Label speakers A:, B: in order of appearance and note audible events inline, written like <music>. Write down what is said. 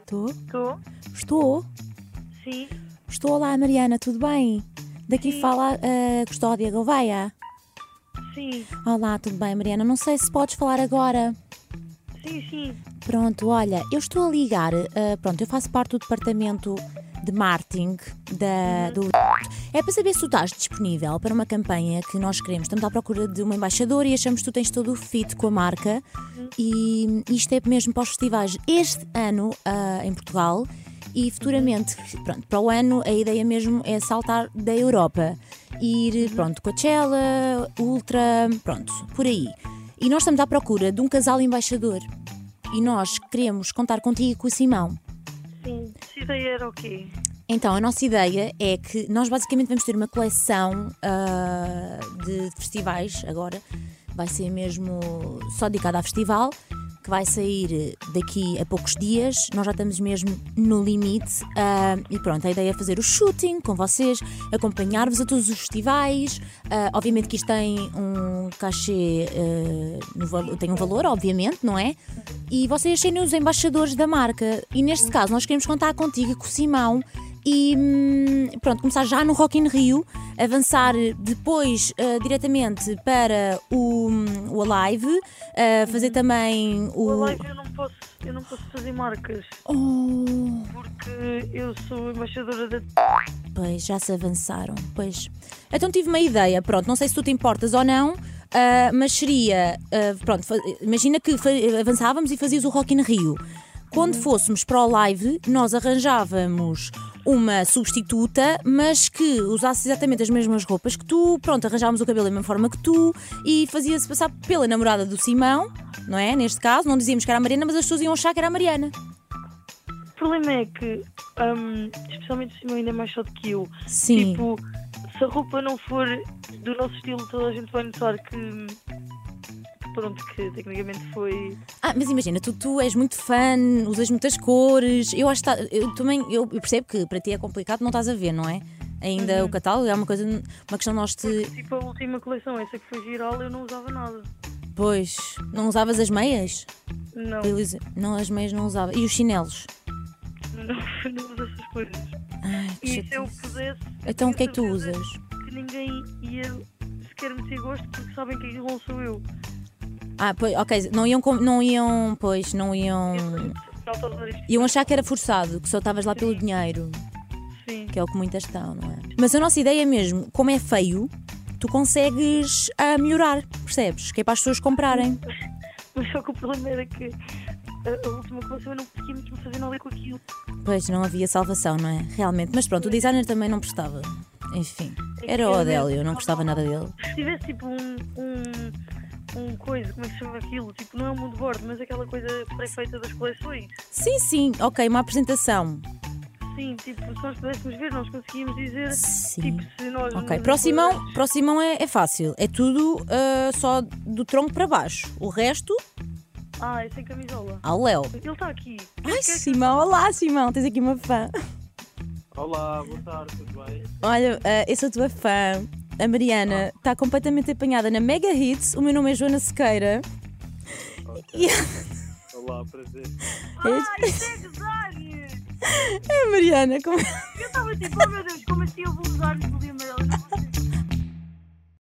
A: Estou?
B: Estou?
A: Estou?
B: Sim.
A: Estou lá, Mariana, tudo bem? Daqui
B: Sim.
A: fala a Custódia Gouveia.
B: Sim.
A: Olá, tudo bem, Mariana? Não sei se podes falar agora.
B: Sim, sim.
A: Pronto, olha, eu estou a ligar. ah, pronto, eu faço parte do departamento de marketing da, do. É para saber se tu estás disponível para uma campanha que nós queremos. Estamos à procura de uma embaixadora e achamos que tu tens todo o fit com a marca. E isto é mesmo para os festivais este ano ah, em Portugal e futuramente, pronto, para o ano a ideia mesmo é saltar da Europa. Ir, pronto, Coachella, Ultra, pronto, por aí. E nós estamos à procura de um casal embaixador. E nós queremos contar contigo e com o Simão.
B: Sim. Essa ideia era o quê?
A: Então, a nossa ideia é que nós basicamente vamos ter uma coleção ah, de festivais agora. Vai ser mesmo só dedicada a festival, que vai sair daqui a poucos dias. Nós já estamos mesmo no limite. ah, e pronto, a ideia é fazer o shooting com vocês, acompanhar-vos a todos os festivais. Ah, obviamente que isto tem um cachê, ah, no valo- tem um valor, obviamente, não é? E vocês serem os embaixadores da marca. E neste caso, nós queremos contar contigo e com o Simão e hum, pronto, começar já no Rock in Rio, avançar depois eh, diretamente para o, hum, o Alive, eh, fazer também
B: O
A: o.
B: live eu não posso, eu não posso fazer marcas
A: Oh,
B: porque eu sou embaixadora da.
A: pois, já se avançaram, pois. Então tive uma ideia, pronto, não sei se tu te importas ou não, ah, mas seria, ah, pronto, fa- imagina que fa- avançávamos e fazias o Rock in Rio. Quando fôssemos para o live, nós arranjávamos uma substituta, mas que usasse exatamente as mesmas roupas que tu, pronto, arranjávamos o cabelo da mesma forma que tu e fazia-se passar pela namorada do Simão, não é? Neste caso, não dizíamos que era a Mariana, mas as pessoas iam achar que era a Mariana.
B: O problema é que, hum, especialmente o Simão ainda é mais chato que eu.
A: Sim.
B: Tipo, se a roupa não for do nosso estilo, toda a gente vai notar que. que Pronto, que tecnicamente foi.
A: Ah, mas imagina, tu, tu és muito fã, usas muitas cores. Eu acho que tá- eu também eu eu percebo que para ti é complicado, não estás a ver, não é? Ainda o catálogo é uma coisa, uma questão de nós te.
B: Tipo, a última coleção, essa que foi viral, eu não usava nada.
A: Pois, não usavas as meias?
B: Não,
A: Eu usa- Não, as meias não usava. E os chinelos?
B: não, <laughs> não uso essas coisas.
A: Ai, que
B: E se eu
A: chatice.
B: pudesse. eu
A: Então o que é
B: tinha
A: que tu
B: certeza
A: usas?
B: que ninguém ia sequer meter gosto porque sabem que aquilo não sou eu.
A: Ah, pois, ok, não iam, com- não iam, pois, não iam.
B: Salta os nariz.
A: Iam achar que era forçado, que só estavas lá pelo dinheiro.
B: Sim.
A: que é o que muitas estão, não é? Mas a nossa ideia é mesmo, como é feio, tu consegues ah, melhorar, percebes? Que é para as pessoas comprarem.
B: Mas só que o problema era que a, a última coleção eu não conseguia mesmo fazer nada com aquilo.
A: Pois, não havia salvação, não é? Realmente. Mas pronto, o designer também não prestava. Enfim, era o Adélio, eu não gostava nada dele.
B: Se tivesse tipo um. um um coisa, como é que se chama aquilo? Tipo, não é um mundo board, mas aquela coisa pré-feita das coleções.
A: Sim, sim, ok, uma apresentação.
B: Sim, tipo, se nós pudéssemos ver, nós conseguíamos dizer.
A: Sim.
B: Tipo, se nós.
A: Ok, para o Simão, para o Simão é, é fácil, é tudo ah, só do tronco para baixo. O resto,
B: Ah, é sem camisola.
A: ao Léo.
B: Ele está aqui.
A: Ai, Simão, olá Simão, tens aqui uma fã.
C: Olá, boa tarde, tudo bem?
A: Olha, eh, eu sou a tua fã. A Mariana está completamente apanhada na Mega Hits. O meu nome é Joana Sequeira. <laughs>
C: Ok. Olá, prazer.
B: Ai, isso é gozar!
A: É a Mariana, como
B: Eu estava tipo, oh meu Deus, como assim eu vou usar os bolinhos amarelos?